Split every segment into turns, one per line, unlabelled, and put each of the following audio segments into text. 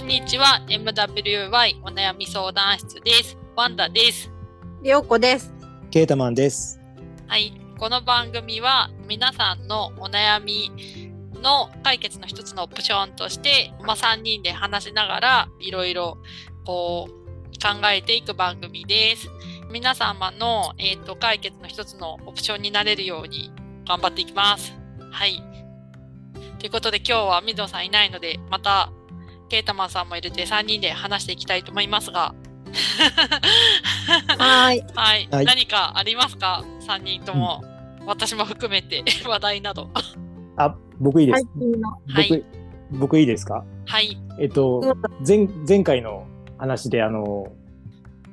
んにちは MWY お悩み相談室ですワンダです
りょうこです。
ケータマンです。
はいこの番組は皆さんのお悩みの解決の一つのオプションとして、まあ、3人で話しながらいろいろこう考えていく番組です皆様の、えー、と解決の一つのオプションになれるように頑張っていきますはいということで今日は水野さんいないのでまたケータマンさんも入れて3人で話していきたいと思いますが
はい。
はい、
はい
何かありますか3人とも、私も含めて 話題など
あ、僕いいです。
最近の。
はい
僕、僕いいですか。
はい
えっと、前、前回の話で、あの。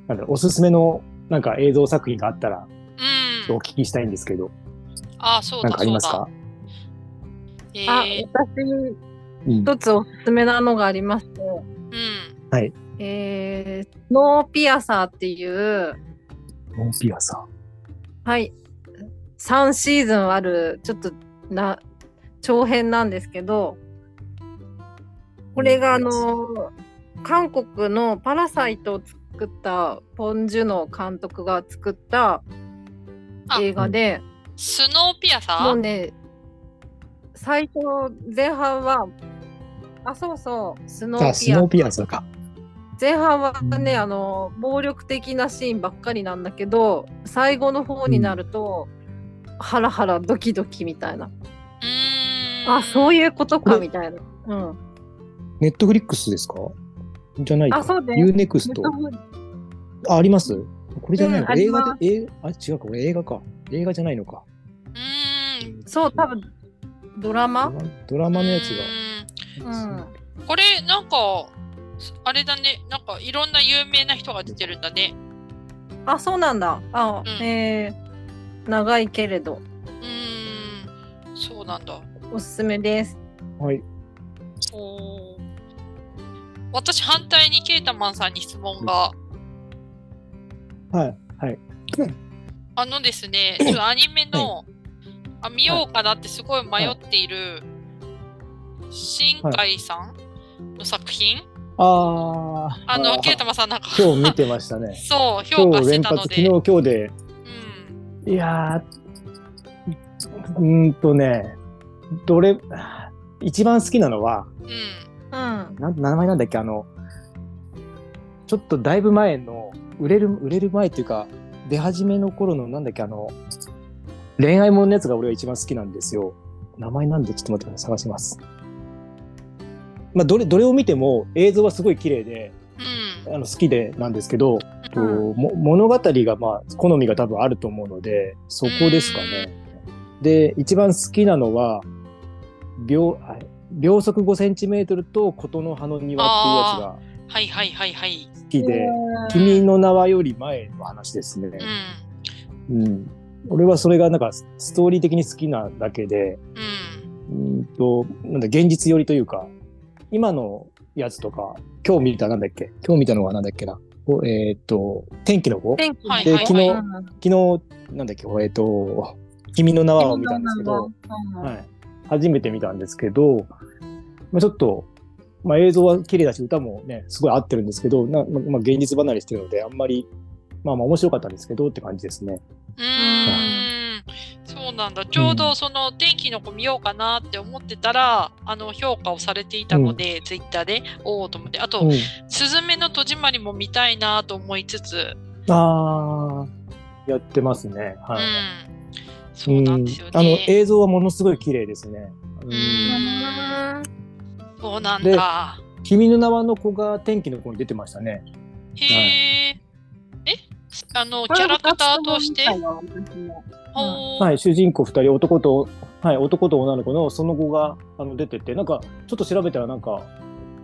なんだろうおすすめの、なんか映像作品があったら、
う
お
ん
聞きしたいんですけど、
あそう
な
だ
んかあり
そう
ます
だ
か。
え
あ、
ー、
私、
うん
一つおすすめなのがありまして、
うん
えー、ノーピアサーっていう、
モンピアさん。
はい、3シーズンある、ちょっとな、長編なんですけど、これがあの、韓国のパラサイトを作った、ポン・ジュノ監督が作った
あ
映画で、
スノーピアサ
も
ー、
うね、最初前半は、あ、そうそう、スノ
あ、
ー
ス
ピア
ノー。ピアさんか。
前半はね、あの、暴力的なシーンばっかりなんだけど、最後の方になると、ハラハラドキドキみたいな。
うーん
あ、そう
う
いうことか
これ
みたいな。うん。
ネットフリックスですか。じゃないか。
あそうです
ユーネクスト。あ、あります。これじゃないのか。
うんあり
映
ます
画で、映画、あ、違うか、これ映画か。映画じゃないのか。
ーん
そう、多分ドラマ
ドラドラマのやつが。
う
うん
ん。
これなんかあれだねなんかいろんな有名な人が出てるんだね
あ、そうなんだ。
う
あ、
ん
えー、長いけれ
う
ど、
ーんそうなんだ
おすすめです。
はい。
おー私反対にケータマンさんに質問が、
はい。はい。
あのです ねちょっとアニメの、あ見ようかなってすごい迷っている、新海さんの作品、
あー
あ
は
の
い
ケータマンさんなんか
今日見てましたね。
そう評
今
価
日
して
連
た
発、
の
昨
で
日、今日で。
うん、
いやー、うーんとね、どれ、一番好きなのは、
うん
うん。
なん名前なんだっけ、あの、ちょっとだいぶ前の、売れる、売れる前っていうか、出始めの頃の、なんだっけ、あの、恋愛もののやつが俺は一番好きなんですよ。名前なんで、ちょっと待ってください、探します。まあ、どれ、どれを見ても映像はすごい綺麗で、
うん
あの好きでなんですけど、と
う
も物語がまあ好みが多分あると思うのでそこですかね。で一番好きなのは秒あ秒速5センチメートルと琴の葉の庭っていうや
はいはいはいはい。
つが好きで「
う
君の名は」より前の話ですね。
う
うん、俺はそれがなんかスストーリー的に好きなだけで
ん。うん。
うんとなんだ現実寄りというか今のやつとか今日見たなんだっけ今日見たのはなんだっけなおえーっと天気の子
ん天気
はい
で
はい
昨
は
日
い。
うん
昨日、なんだっけ、えっと、君の名はを見たんですけど、
うん
はい、初めて見たんですけど、まあ、ちょっと、まあ、映像は綺麗だし、歌もね、すごい合ってるんですけど、なままあ、現実離れしてるので、あんまり、まあまあ面白かったんですけどって感じですね。
うーん。そうなんだ。ちょうどその天気の子見ようかなって思ってたら、あの評価をされていたので、ツイッターで、おおと思って。あと、
ん、
すずめの戸締まりも見たいなと思いつつ、
あーやってますね。
う
はい。
ん。そうなんですよ
うんあの
ね。
映像はものすごい綺麗ですね。うん
うんそうなん
で
だ。
君の名はの子が天気の子に出てましたね。
へえ。えあの、キャラクターとして
これも私も見たよ
おー
はい、主人公2人男と、はい、男と女の子のその後があの出ててなんかちょっと調べたらなんか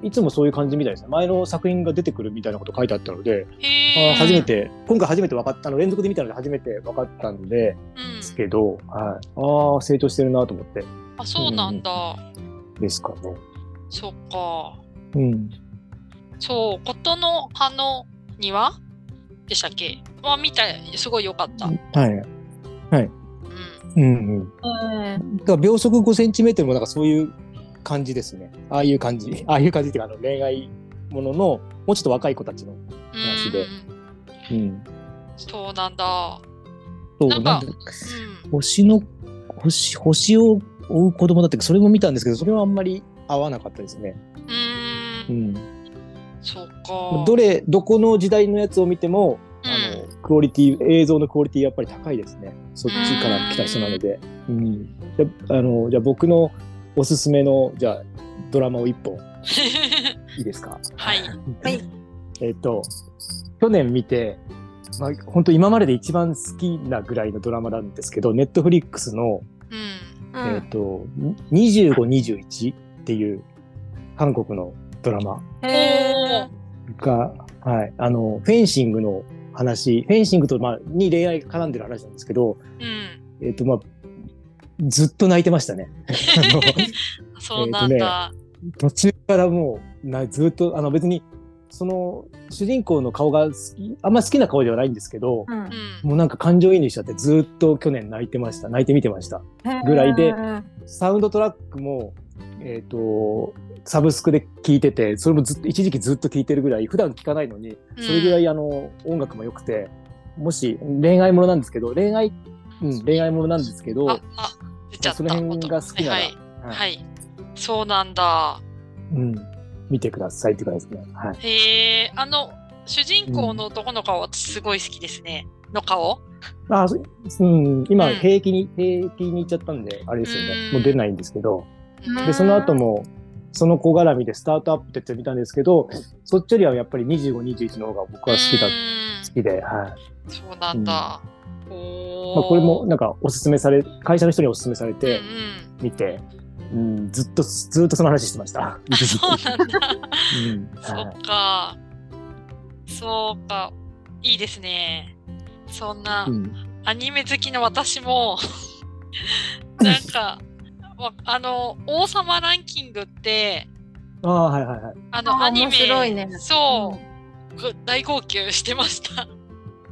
いつもそういう感じみたいですね前の作品が出てくるみたいなこと書いてあったので、
へ
あ
え。
ー初め。て今回初めて分かったあの連続で見たので初めて分かったんで
うん
す。けど、はい、ああ成長してるなと思って
あ、そうなんだ。
ですかね。
そっか。
うん、
そう、ことの葉の庭でしたっけは見た、すごい良かった。うん。
はい、うんうん、
ええ
だから秒速5センチメートルもなんかそういう感じですねああいう感じああいう感じっていうかあの恋愛もののもうちょっと若い子たちの、話で
うん
うん、
そうなんだ。
そう
なんかう
で
ん
星の星星を追う子供だってそれも見たんですけどそれはあんまり合わなかったですね、
うー、
うんん、
そっか。
どれどこの時代のやつを見ても、あ
う
のクオリティ映像のクオリティやっぱり高いですねそっちから来た人なので、うん、じゃあのじゃあ僕のおすすめのじゃあドラマを一本
ん、
いいですか
はい。
はい。
えっ、と、去年見て、まあ、本当今までで一番好きなぐらいのドラマなんですけど、ネットフリックスの、
うん。
う
えっ、
ん。
と、25、21っていう韓国のドラマ
へー
が、はい、あの、フェンシングの話、フェンシングと、まあ、に恋愛が絡んでる話なんですけど、
うん。
えっ、と、まあ、ずっと泣いてまし たね。あの
そうなんだ。
途中からもうなずっとあの別にその主人公の顔が好きあんま好きな顔ではないんですけど、
うん
うん。
もうなんか感情移入しちゃってずっと去年泣いてました泣いてみてましたぐらいでサウンドトラックも、えー、とサブスクで聴いててそれもずっと一時期ずっと聴いてるぐらい普段聴かないのにそれぐらいあの音楽も良くてもし恋愛ものなんですけど恋愛、うん、恋愛ものなんですけど
あ、あ、出ちゃった。
その辺が好きなら
はい。はい。はいそうなんだ。
うん、見てくださいって感じですね。はい
へえ、あの、主人公の男の顔、私すごい好きですね。の顔
あそうん、今、
うん
兵役に、兵役に行っちゃったんで、あれですよ
う
ね
ん。
もう出ないんですけど。
うん
で、その後も、その子絡みでスタートアップってやってみたんですけど、そっちよりはやっぱり25、21の方が僕は好きだ、
う
好
ん
きで、はい。まあ、
そうなんだ。おお。
これも、なんかおすすめされ、会社の人におすすめされて
うん、うん
見て、うん、ずっと、ずっとその話してまし
あ、
た。
そうなんだ。
うん
そ
は。
っか。そうか。いいですね。そんない
うん
アニメ好きの私 もなんかわあの「王様ランキング」って
ああ、はいはいはい。
あの
あ
アニメ
面白いね
そう、ぐ大号泣してました
あ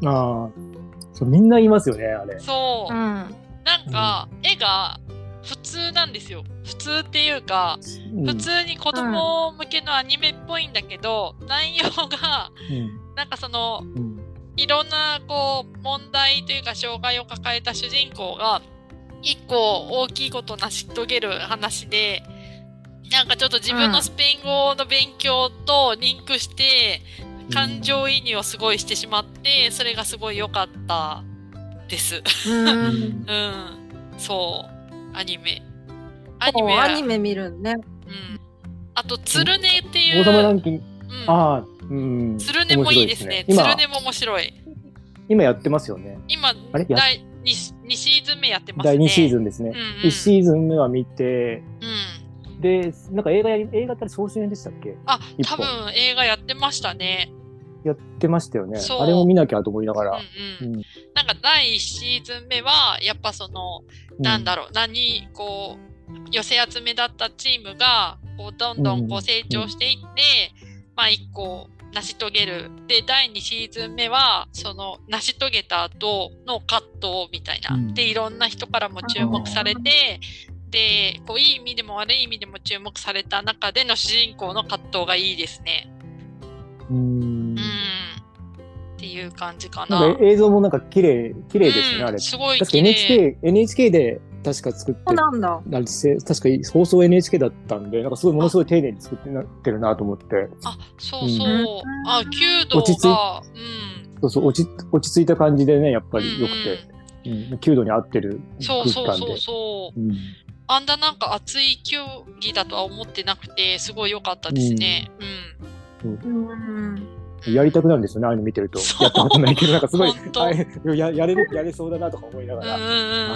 あ、そうみんな言いますよね、あれ。
そう、
うん。
なんか絵が普通なんですよ普通っていうか
うん
普通に子供向けのアニメっぽいんだけど、内容がなんかその
うんうん
いろんなこう問題というか障害を抱えた主人公が一個大きいことを成し遂げる話でなんかちょっと自分
う
の
ん
スペイン語の勉強とリンクして
うん
感情移入をすごいしてしまってそれがすごい良かったです。
う
うんん
うん、そうアニメアニ
そう
メ
アニメ見るね。
うん、あと「つるね」ってい
王様ラ
う
ンキング、
うん
ああ、うん。
つるねもいいですね。つ
面
る
白
ねも面白い。
今、今やってますよね。
今
あれや
第 2, 2シーズン目やってますね。
第2シーズ
ン。
ンですね
うん。うん
1シーズン目は見て、
うん、
で、なんか映画やり、映画って総集編でしたっけ
あ
一
多
本
分映画やってましたね。
やってましたよね
そう。
あれも見なきゃと思いながら。
うんうん
うん
なんか第1シーズン目はやっぱその、なんだろう何こう寄せ集めだったチームがこうどんどんこ
う
うん成長していって、まあ1個成し遂げるで第2シーズン目はその成し遂げた後の葛藤みたいな、
うん
でいろんな人からも注目されてでこういい意味でも悪い意味でも注目された中での主人公の葛藤がいいですね。
うん。
うん、
な
っていう感じかな。
んか映像もなんか綺麗、綺麗ですね、
う
あれ
ん、。すごい
確か
綺麗。
NHK、NHK で確か作って
そうなんだ。
あれせ確か放送 NHK だったんで、なんかすごいものすごい丁寧に作ってなってるなと思って、
あ、そうそう。
うん
あ、弓道
落ち着い
が、うん。
そうそう落ち、落ち着いた感じでね、やっぱり良くて、
うん
うん弓道に合ってる
うんそ
空
うそう
間
そ
で
う。そう。
うん
あんななんか熱い球技だとは思ってなくて、すごい良かったですね。うん。
うん。
やりたくなるんですよね、ああいうの見てると
そ。う
やったことないけど、なんかすごい
本、当
あれややれる、やれそうだなとか思いな
う
が
ん
ら、あ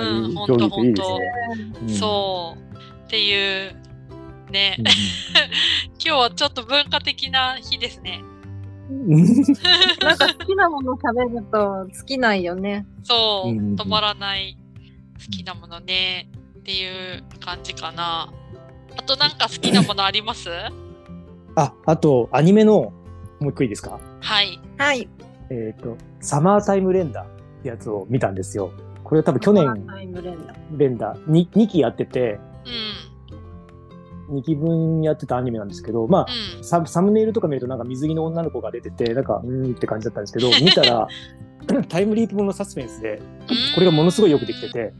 あ
うん
い
うん。
う
本
競技
当
ってい
本
いです
当
ね。うん
そう。っていう、ね。
うん
今日はちょっと文化的な日ですね。
なんか好きなもの食べると尽きないよね。
そう、
うんうんうん
止まらない好きなものねっていう感じかな。あとなんか好きなものあります
あ、あと、アニメの、もう一個いいですか
はい。
はい。
えっ、と、サマータイムレンダーってやつを見たんですよ。これは多分去年、
タイムレンダー。
レンダーに2期やってて、
うん。
2期分やってたアニメなんですけど、まあ、
うん。
ササムネイルとか見るとなんか水着の女の子が出ててなんかうーんって感じだったんですけど見たら タイムリープものサスペンスでこれがものすごいよくできてて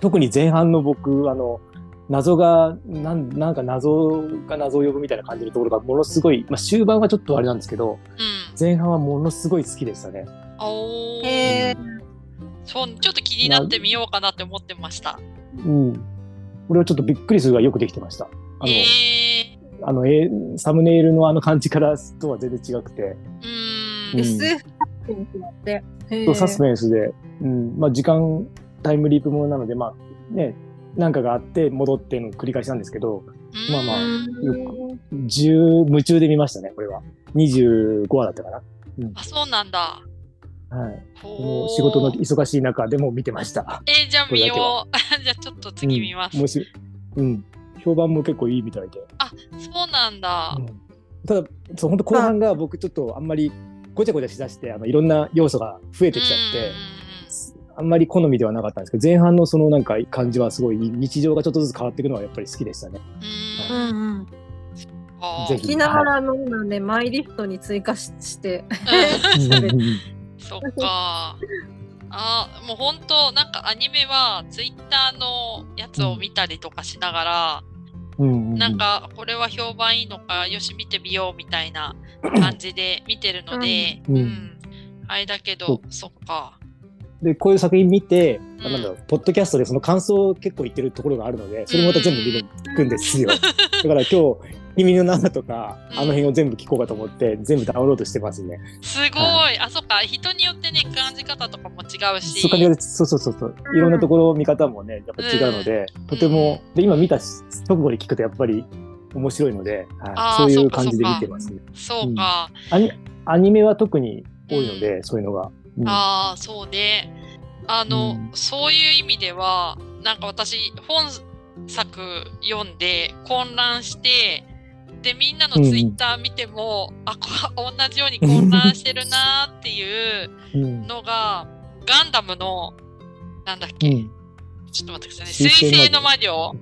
特に前半の僕あの謎がなんなんか謎が謎を呼ぶみたいな感じのところがものすごい、まあ、終盤はちょっとあれなんですけど
うん。
前半はものすごい好きでしたね。
おー
へえ。
そう、ちょっと気になってみようかなって思ってました。
うん、これはちょっとびっくりするがよくできてました。あの,、
えー。
あのえサムネイルのあの感じからとは全然違くて。
う
うん
ん。
SF サスペンスだって。へー
そうサスペンスで、うんまあ、時間タイムリープものなので、まあね、なんかがあって戻っての繰り返しなんですけどまあまあ
うん
よ10夢中で見ましたねこれは25話だったか
あ、そうなんだ。
な、はい、
ほ
も
ー
う仕事の忙しい中でも見てました
えー、じゃあ見よう。 じゃあちょっと次見ます。
うんもしうん、評判も結構いいみたいで、
そうなんだ
う。んただそう本当後半が僕ちょっとあんまりごちゃごちゃしだしてあのいろんな要素が増えてきちゃって。あんまり好みではなかったんですけど前半のそのなんか感じはすごい日常がちょっとずつ変わっていくのはやっぱり好きでしたね。
うんうんう
う
んうん
んうん。
あー
ぜひ
沖縄のなんでマイリストに追加しして。
うんそっか。あーもう本当なんかアニメはツイッターのやつを見たりとかしながら、 なんかこれは評判いいのかよし見てみようみたいな感じで 見てるので、
うん
うんあれだけどそっか
でこういう作品見て、
ん
なんだろうポッドキャストでその感想を結構言ってるところがあるのでそれもまた全部見る聞くんで すよ。だから今日「君の名だ」とか
う
あ
ん
の辺を全部聞こうかと思って全部ダウンロードしてますね。
すごい、あそっか人によってね感じ方とかも違うし
そう感じそうそうそうそういろんなところ見方もねやっぱ違うので、とてもで今見た直後に聞くとやっぱり面白いので、
あー
はい、そ
そう
ういう
か
感じ
そ
で
う
見
か
てますね。
そうか、
アニアニメは特に多いので、そういうのが。うん
ああそうねあの、
うん
そういう意味ではなんか私本作読んで混乱してでみんなのツイッター見ても、あこ同じように混乱してるなーっていう
うん
のがガンダムのなんだっ
う
け、
ん、
ちょっと待ってくださいね
水
水
星
星
の
の
魔
魔女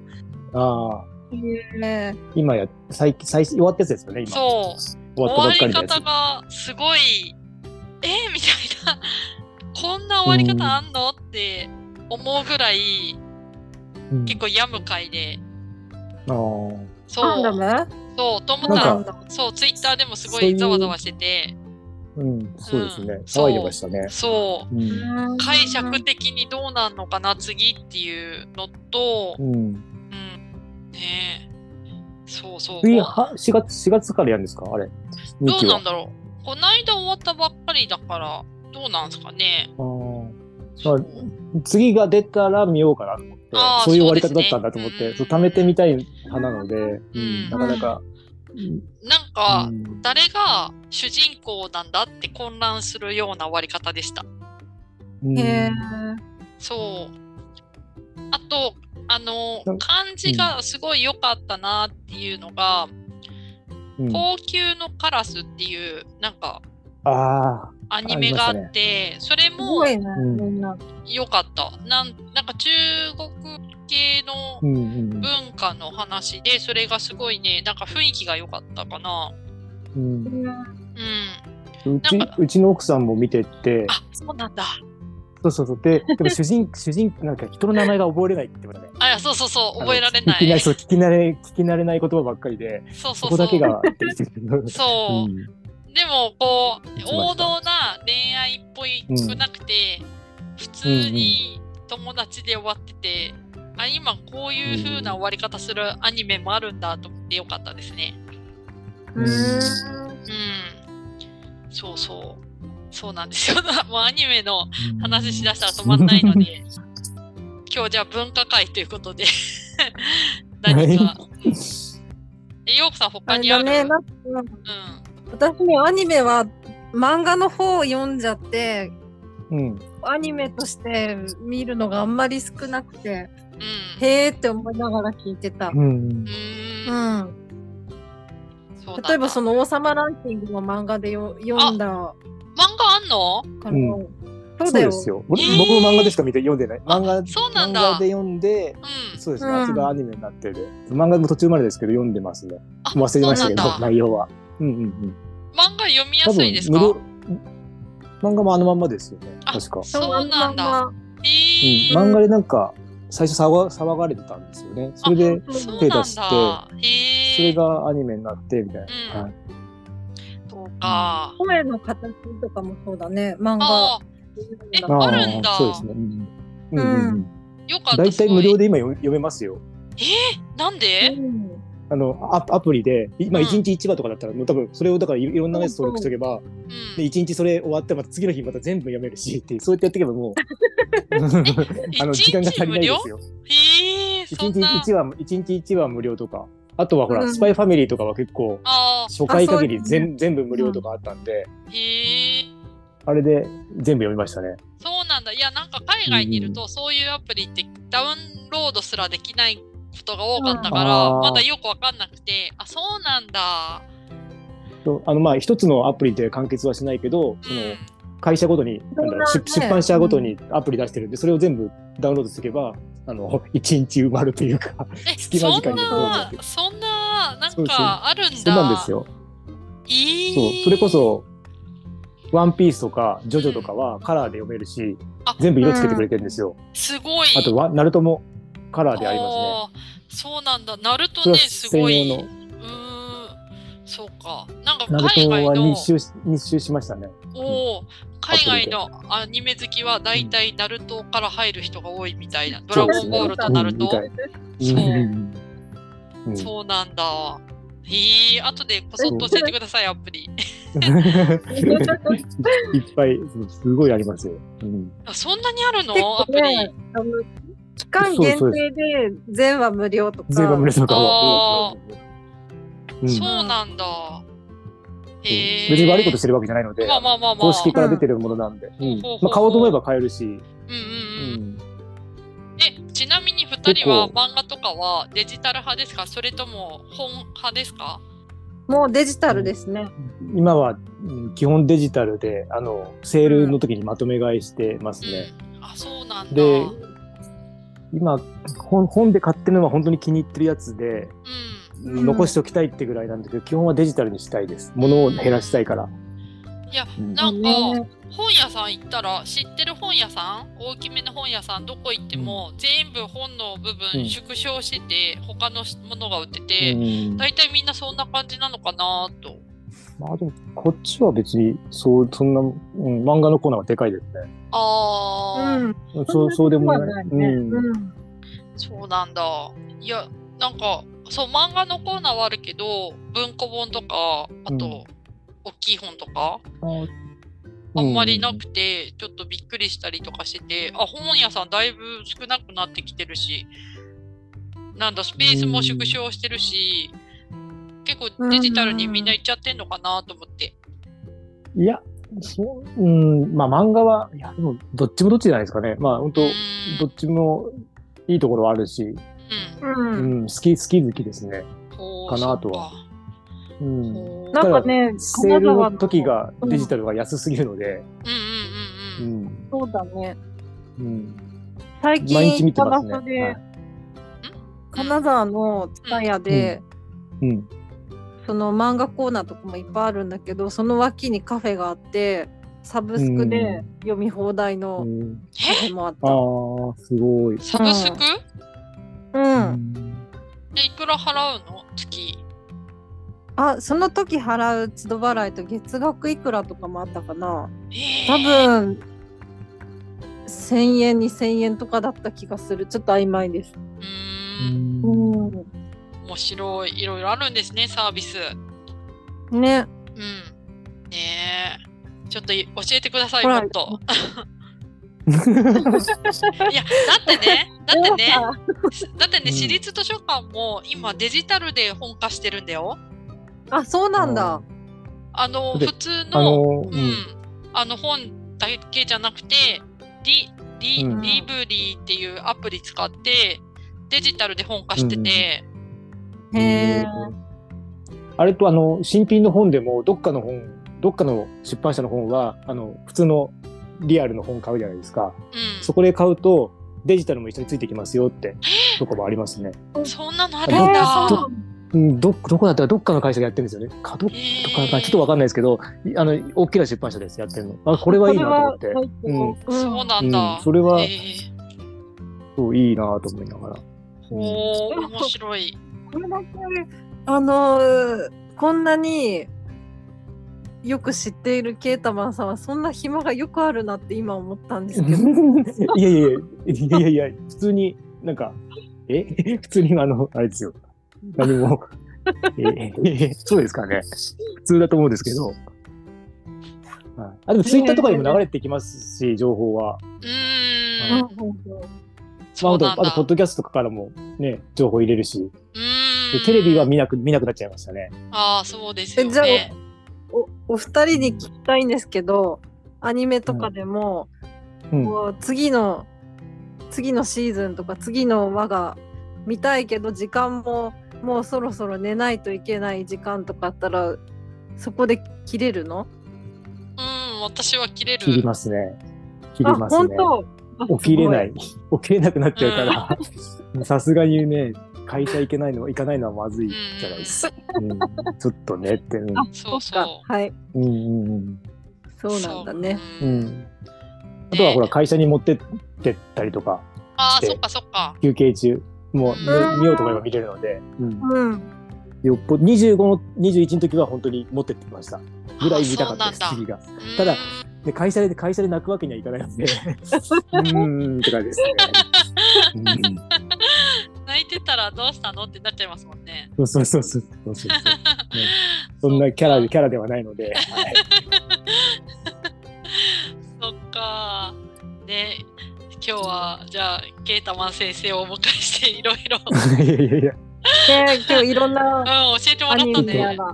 ああ
ね
今や最最終わったやつですよね今
そう
終わ
終
ったばっか
わ
り
り
のやつ
方がすごいえ ーみたいなこんな終わり方あんのって思うぐらい
うん
結構病む回で
あー
ガン
そ
ダ
う
ム？
そうトム
な
タ
ん
ンそうツイッターでもすご
そう
い
いう
ざわざわしてて
うんそうですね、
うん
騒いでましたね
そう
うんん
解釈的にどうなんのかな次っていうのと
う、ん、
うん、ねえそうそう
次
こう
は4月四月からやるんですかあれ
ど
二
う
期
な
は
んだろうこないだ終わったばっかりだからどうなんすかね
あーまあ次が出たら見ようかなと思って
あー
そういう終わり
そう
方
ですね
だったんだと思って、
うん
そう貯めてみたい派なので、うん
うん
なかなか、
なんか、
うん
誰が主人公なんだって混乱するような終わり方でした。
うん
へえ。
そう。あと、あの
なん、
漢字がすごい良かったなっていうのが、
うん
高級のカラスっていう、なんか、
あ
アニメがあって、それ
す
も
ごいね。
ん
みんな。
良かった。なんなんか中国系の
ーうんうん
文化の話で、それがすごいね、なんか雰囲気が良かったかな。
うん
うん
うん。
うち
なんか
うちの奥さんも見てて、
あ、そうなんだ。
そうそうそう、で、でも主人、 主人、なんか人の名前が覚えれないって言われて、
あ、いや、そうそうそう、覚えられ
聞き
な
慣れ
い。
そう聞き慣れ、聞き慣れない言葉ばっかりで、
そうそ
そ
そ
うこ
う。
だけがって言って
そう。
うん
でもこう
いつまでだ
王道な恋愛っぽい
うん
くなくて、普通に友達で終わってて、あ今こういう風な終わり方するアニメもあるんだと思ってよかったですね。
うん
うん、そうそうそうなんですよ。 もうアニメの話しだしたら止まんないの で今日じゃあ文化会ということで何か。えようこさん
あ
他
れ
にある、
だね。
うん
なんか私もアニメは漫画の方を読んじゃって。
うん。
アニメとして見るのがあんまり少なくて、
うん
へーって思いながら聞いてた。
う
う
う。
ん
ーん
ん。
そうなんだ
例えばその王様ランキングの漫画でよ読ん
漫
だ
画あんの
から、
う
そう
そ
だ
う
よ。
ですよ。俺
えー
僕も漫画でしか見て読んでない。漫画
そうなん
漫
だ
画で読んで、
うん。
そうです
う
ね。
ん
あっちがアニメになってる。漫画も途中までですけど読んでますね。
あ
忘れましたけど
そうなんだ
内容は。うんうんうん。
漫画読みやすいです
無
か
料漫画もあのまんまですよね。
あ
確か。うん
そうなんだ。
そ
えー
漫画でなんか最初騒が騒がれてたんですよね。そ
のまん
れで
ま。
そ
そうう
なん
手
だ
出して
へえ
それがアニメになってみたいな。
うん
はい
そうか。
声の形とかもそうだね。漫画。
あえあ
ー
るんだ
そうですね。うんうんうんうんうん。
ーよかった。
大
す
体
ごい
無料で今読読めますよ。
なん
う
で
ん
あのアアプリで、今
うん
1日1話とかだったら、もう多分それをだからいいろんなやつ登録しとけば、
うん
で1日それ終わって、また次の日また全部読めるしっていう、そうやってやっていけばもう、 あの
一日
時間が足りないですよ。
へえそ
1
んな。
日1話、1日1話無料とか、あとはほら、
うん
スパイファミリーとかは結構、
あ
初回限り
あそうですね
全全部無料とかあったんで、
あ、へえ。
あれで全部読みましたね。
そうなんだ。いや、なんか海外にいると、そういうアプリってダウンロードすらできないことが多かったから、
うんあー
まだよくわかんなくて、あ、そうなんだ。
とあのまあ一つのアプリで完結はしないけど、
う
その
ん。
会社ごとに、なんだろう
そうだ
出
ね
出版社ごとにアプリ出してるんで、それを全部ダウンロードしておけば、あの1日埋 まるというか。
え、
隙間
そ
時
ん
間に
な
どう、ぞ
そんな、な
そ
ん
うそう
かあるんだ。
そうなんですよ。
いい。
そう、それこそ。ワンピースとかジョジョとかはカラーで読めるし
あ、
全部色つけてくれてるんですよ。
すごい。
あとはナルトもカラーでありますね。
あーそうなんだ。ナルト
そ
ね、
れは
すごい。
専
う
用の
ーん。そうか。なんか
ナル
海
ト
外
は
の
日周し日周しましたね。
おお海外のアニメ好きはだいたいナルトから入る人が多いみたいな。ドラ
そ
ゴ
うです
ン
ね
ボールとナルト。
うんみたいうん
そうなんだ。へえ、あとでこそっと教えてください、アプリ。
うんいっぱいそうすごいありますよ。うん
あそんなにあるの
結
ア
構
プリ。
ね、あの期間限定で全話無料とか。
全部無料とか
あ
は。うん
そう
そう
なんだ。へえ。
別に悪いことしてるわけじゃないので
ま、あまあまあまあ。
公式から出てるものなんで、
うん
う
ほう
ん
ほうほう
まあ買おうと思えば買えるし。
うんうん
う
うん。
ん
え、ちなみに2人は
結
漫画とかはデジタル派ですかそれとも本派ですか
もうデジタルですね。
今はうん基本デジタルであのセールの時にまとめ買いしてますね。
うん。あ、そうなんだ。
で
うん。
今本本で買ってるのは本当に気に入ってるやつ
う
で、
ん
残しておきたいってぐらいなんだけど基本はデジタルにしたいです。物を減らしたいから。
いや、
うん
なんか
ね
本屋さん行ったら知ってる本屋さん大きめの本屋さんどこ行っても全部本の部
う
分
ん
縮小してて他のものが売って
う
て
ん
大体みんなそんな感じなのかなと。
まあでもこっちは別にそうそんな、うん、漫画のコーナーはでかいですね。
あー、
うん。
そうそうでも
そんな
な
こ
い。
とはないね
うん
うん
そうなんだ。いやなんかそう漫画のコーナーはあるけど文庫本とかあと、大きい本とかあんまりなくて、ちょっとびっくりしたりとかしてて、あ、本屋さんだいぶ少なくなってきてるし、なんだ、スペースも縮小してるし、結構デジタルにみんな行っちゃってんのかなと思って。
いや、そう、うん、まあ漫画は、いや、でもどっちもどっちじゃないですかね。まあ本当、
う
ど
ん
っちもいいところはあるし、
う。
うんん、好き、好き好きですね。
うんほう
かなとは
そっか
うん。
ほう
なんかね、
セールの時
金沢の。
がデジタルが安すぎるので、
うんう
う
んうんうん。
ん、
そうだね。
うん、
最近、
毎日見てますね。
金沢で
はい
金沢のツタヤで、
うん、
その漫画コーナーとかもいっぱいあるんだけどその脇にカフェがあってサブスクで読み放題の
うん
カフェもあった。
ああ、すごい。
サブスク、
うん
えいくら払うの月。
あその時払う都度払いと月額いくらとかもあったかな
えー
多分1,000円2,000円とかだった気がするちょっと曖昧です。
う
う
ーん、
ん
面白い。いろいろあるんですね、サービス。
ね
うん。ねえ。ちょっとい教えてください、
ほ
も
ら
っと。いや、だってね、だってね、だって
う
ね、
ん
私立図書館も今デジタルで本化してるんだよ。
あそうなんだ。
あの、
で
普通 の、
あの、
うん、あの本だけじゃなくて、リ、リ、
うん
リブリーっていうアプリ使って、デジタルで本化してて、
うん、
へー
あれと、あの、新品の本でも、どっかの本、どっかの出版社の本は、あの、普通のリアルの本買うじゃないですか。
うん。
そこで買うと、デジタルも一緒についてきますよってとこもありますね。
そんなのあ
え
るんだ。
ーそううん、ど、どこだったらどっかの会社がやってるんですよね。かどっ
え
かかちょっとわかんないですけど、いあの、大きな出版社です、やってるの。あ、これはいいなと思って。うん
ーそうなんだ。
うんそれは
えー
そう、いいなと思いながら。うん
おお、面白い。
これだけあのーこんなによく知っているケータマンさんはそんな暇がよくあるなって今思ったんですけど
いやいやいや、いやいやいや、普通に、なんか、え 普通にあの、あれですよ。何も。ええそうですかね。普通だと思うんですけど。はいあ、でもツイッターとかにも流れてきますし、情報は。
う
う
ー
ん
ん。
まあ
そ
あ
う
と、
な
あ
んだ。
とポッドキャストとかからもね、情報入れるし。
うー
で
ん。
テレビは見なく、見なくなっちゃいましたね。
ああ、そうですよ
えじゃあ
ね。
おお二人に聞きたいんですけどアニメとかでも、
うん
こう次の次のシーズンとか次の輪が見たいけど時間ももうそろそろ寝ないといけない時間とかあったらそこで切れるの
うん、私は切れる。
切りますね。切りますね
あ。本当。
起きれないい。起きれなくなっちゃうから、さすがにね、会社行けないの、行かないのはまずいじゃないですか。うんちょっとねって。うん
あ
そう
そっか
そ
はい。
うんうん
そうなんだね。
う
うんん。あとはほら、会社に持ってってったりとか、
ああ、
で
そっかそっか。
休憩中、も
う
う
ん
見見ようと思えば見れるので、うん
うん。
よっぽど25の、21の時は本当に持ってってました。ぐらい見たかったです
あ、そう
次が。
なんだ
ただ
うん
で、会社で、会社で泣くわけにはいかないので、うーんって感じですね。うん
泣いてたらどうしたのってなっちゃいますもんね。
そうそうそうそうそうそうそう。ねそんなキャラでキャラではないので、はい
そっか。ね、今日はじゃあケータマン先生をお迎えしていろい ろうん
いやいやいや、
で今日いろんな
教えても
ア
らっ
ニ
た
メや
ね。
ら。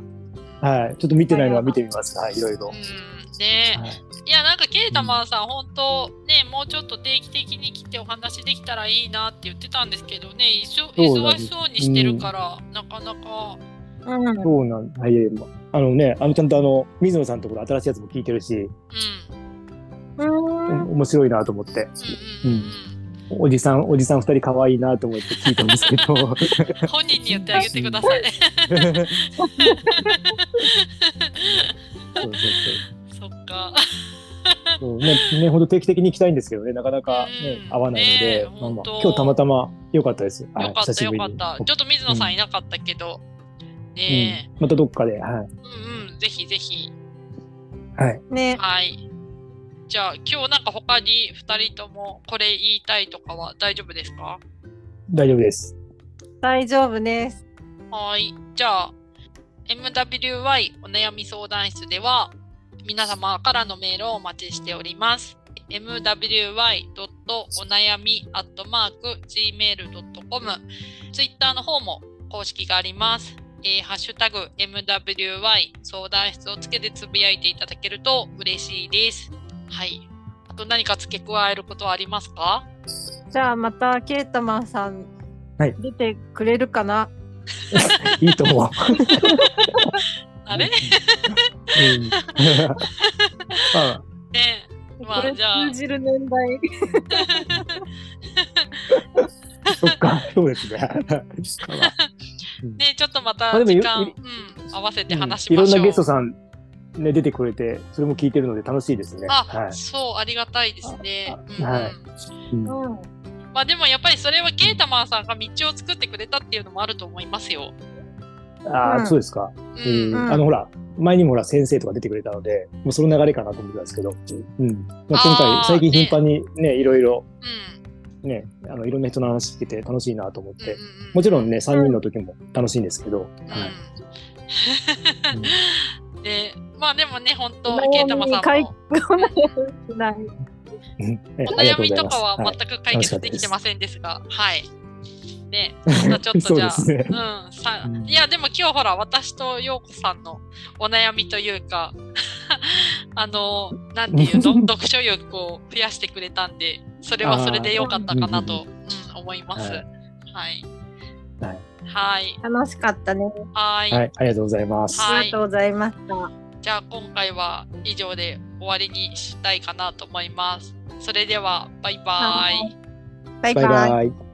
はい、ちょっと見てないのは見てみます。はい、いろいろ。
うん、ね
はい
いやなんかケータマンさん本当ねもうちょっと定期的に来てお話できたらいいなって言ってたんですけどねいそ
そうな
忙
んです
しそうにしてるから、なかなか
うん。
そうなん、はい、いやいやまあのね、あのちゃんとあの水野さんのところ新しいやつも聞いてるし、
うん
う
うんん。
面白いなと思って、
うんうんうん
おじさんおじさん二人可愛いなと思って聞いたんですけ ど、
うん本人に言ってあげてください
そうそう
そっか
そうそうね、ね、本当定期的に行きたいんですけどね、なかなか
う
ね
ん
合わないの
ねえ
で、まあま
本
あ
当
今日たまたま良かったです。はい
よかった
久しぶ
よ
り
か
に
ったちょっと水野さんいなかったけど、ね
うんまたどっかで、はい。
えうんうんぜひぜひ
はい。
ね。
はいじゃあ今日なんか他に2人ともこれ言いたいとかは大丈夫ですか
大丈夫です。
大丈夫です。
はい。じゃあ、MWY お悩み相談室では、皆様からのメールをお待ちしております。mwy. お悩み .gmail.com ツイッターの方も公式があります。えーハッシュタグ MWY 相談室をつけてつぶやいていただけると嬉しいです。はい。あと何か付け加えることはありますか
じゃあまたケータマンさん
はい
出てくれるかな。
いいと思う。
あれ、
うん、 あ
ねまあ
これ
じゃあ
通じる年代。
そっか、そうですね。
ね、ちょっとまた
あでも
時
よ
間、う
い
ん、合わせて話し
い
ま
ろん
しょう。
なゲストさん、ね、出てくれて、それも聞いてるので楽しいですね。
あ、
はい。
そう、ありがたいですね。うんうん
はいうん
うん。
まあでもやっぱりそれはケータマンさんが道を作ってくれたっていうのもあると思いますよ。
あー、
うん
そうですか。
うん
うん
うん
あの、ほら、前にもほら、先生とか出てくれたので、もうその流れかなと思ってたんですけど、うん。ま
あ
あ、今
ー
回、最近頻繁にね、いろいろ、
うん
ね、あの、いろんな人の話聞けて楽しいなと思っ
うんう
て、
ん
もちろんね、3人の時も楽しいんですけど、
うん
はい。
で、まあでもね、本当
お悩み
ケータマンさん
解
も。
しない。
うんえ
お
ありが
悩
とう
み
ござ
と
いま
か
す。
は
はい
全く解決できてませんですが、はい。ね、またちょっ
そ
と
う
じゃあ、
ですね
う。ん、さ
うん
いやでも今日ほら私と陽子さんのお悩みというか あのなんて いうの読書欲を増やしてくれたんでそれはそれで良かったかなと、うん、思います。は
はいい。
はい。はい。
楽しかったね。
はい
はい、ありがとうございます。
はい
ありがとうございました。
じゃあ今回は以上で終わりにしたいかなと思います。それではバイバイ。
バイ
バ
バ
イ
イ。
バイ。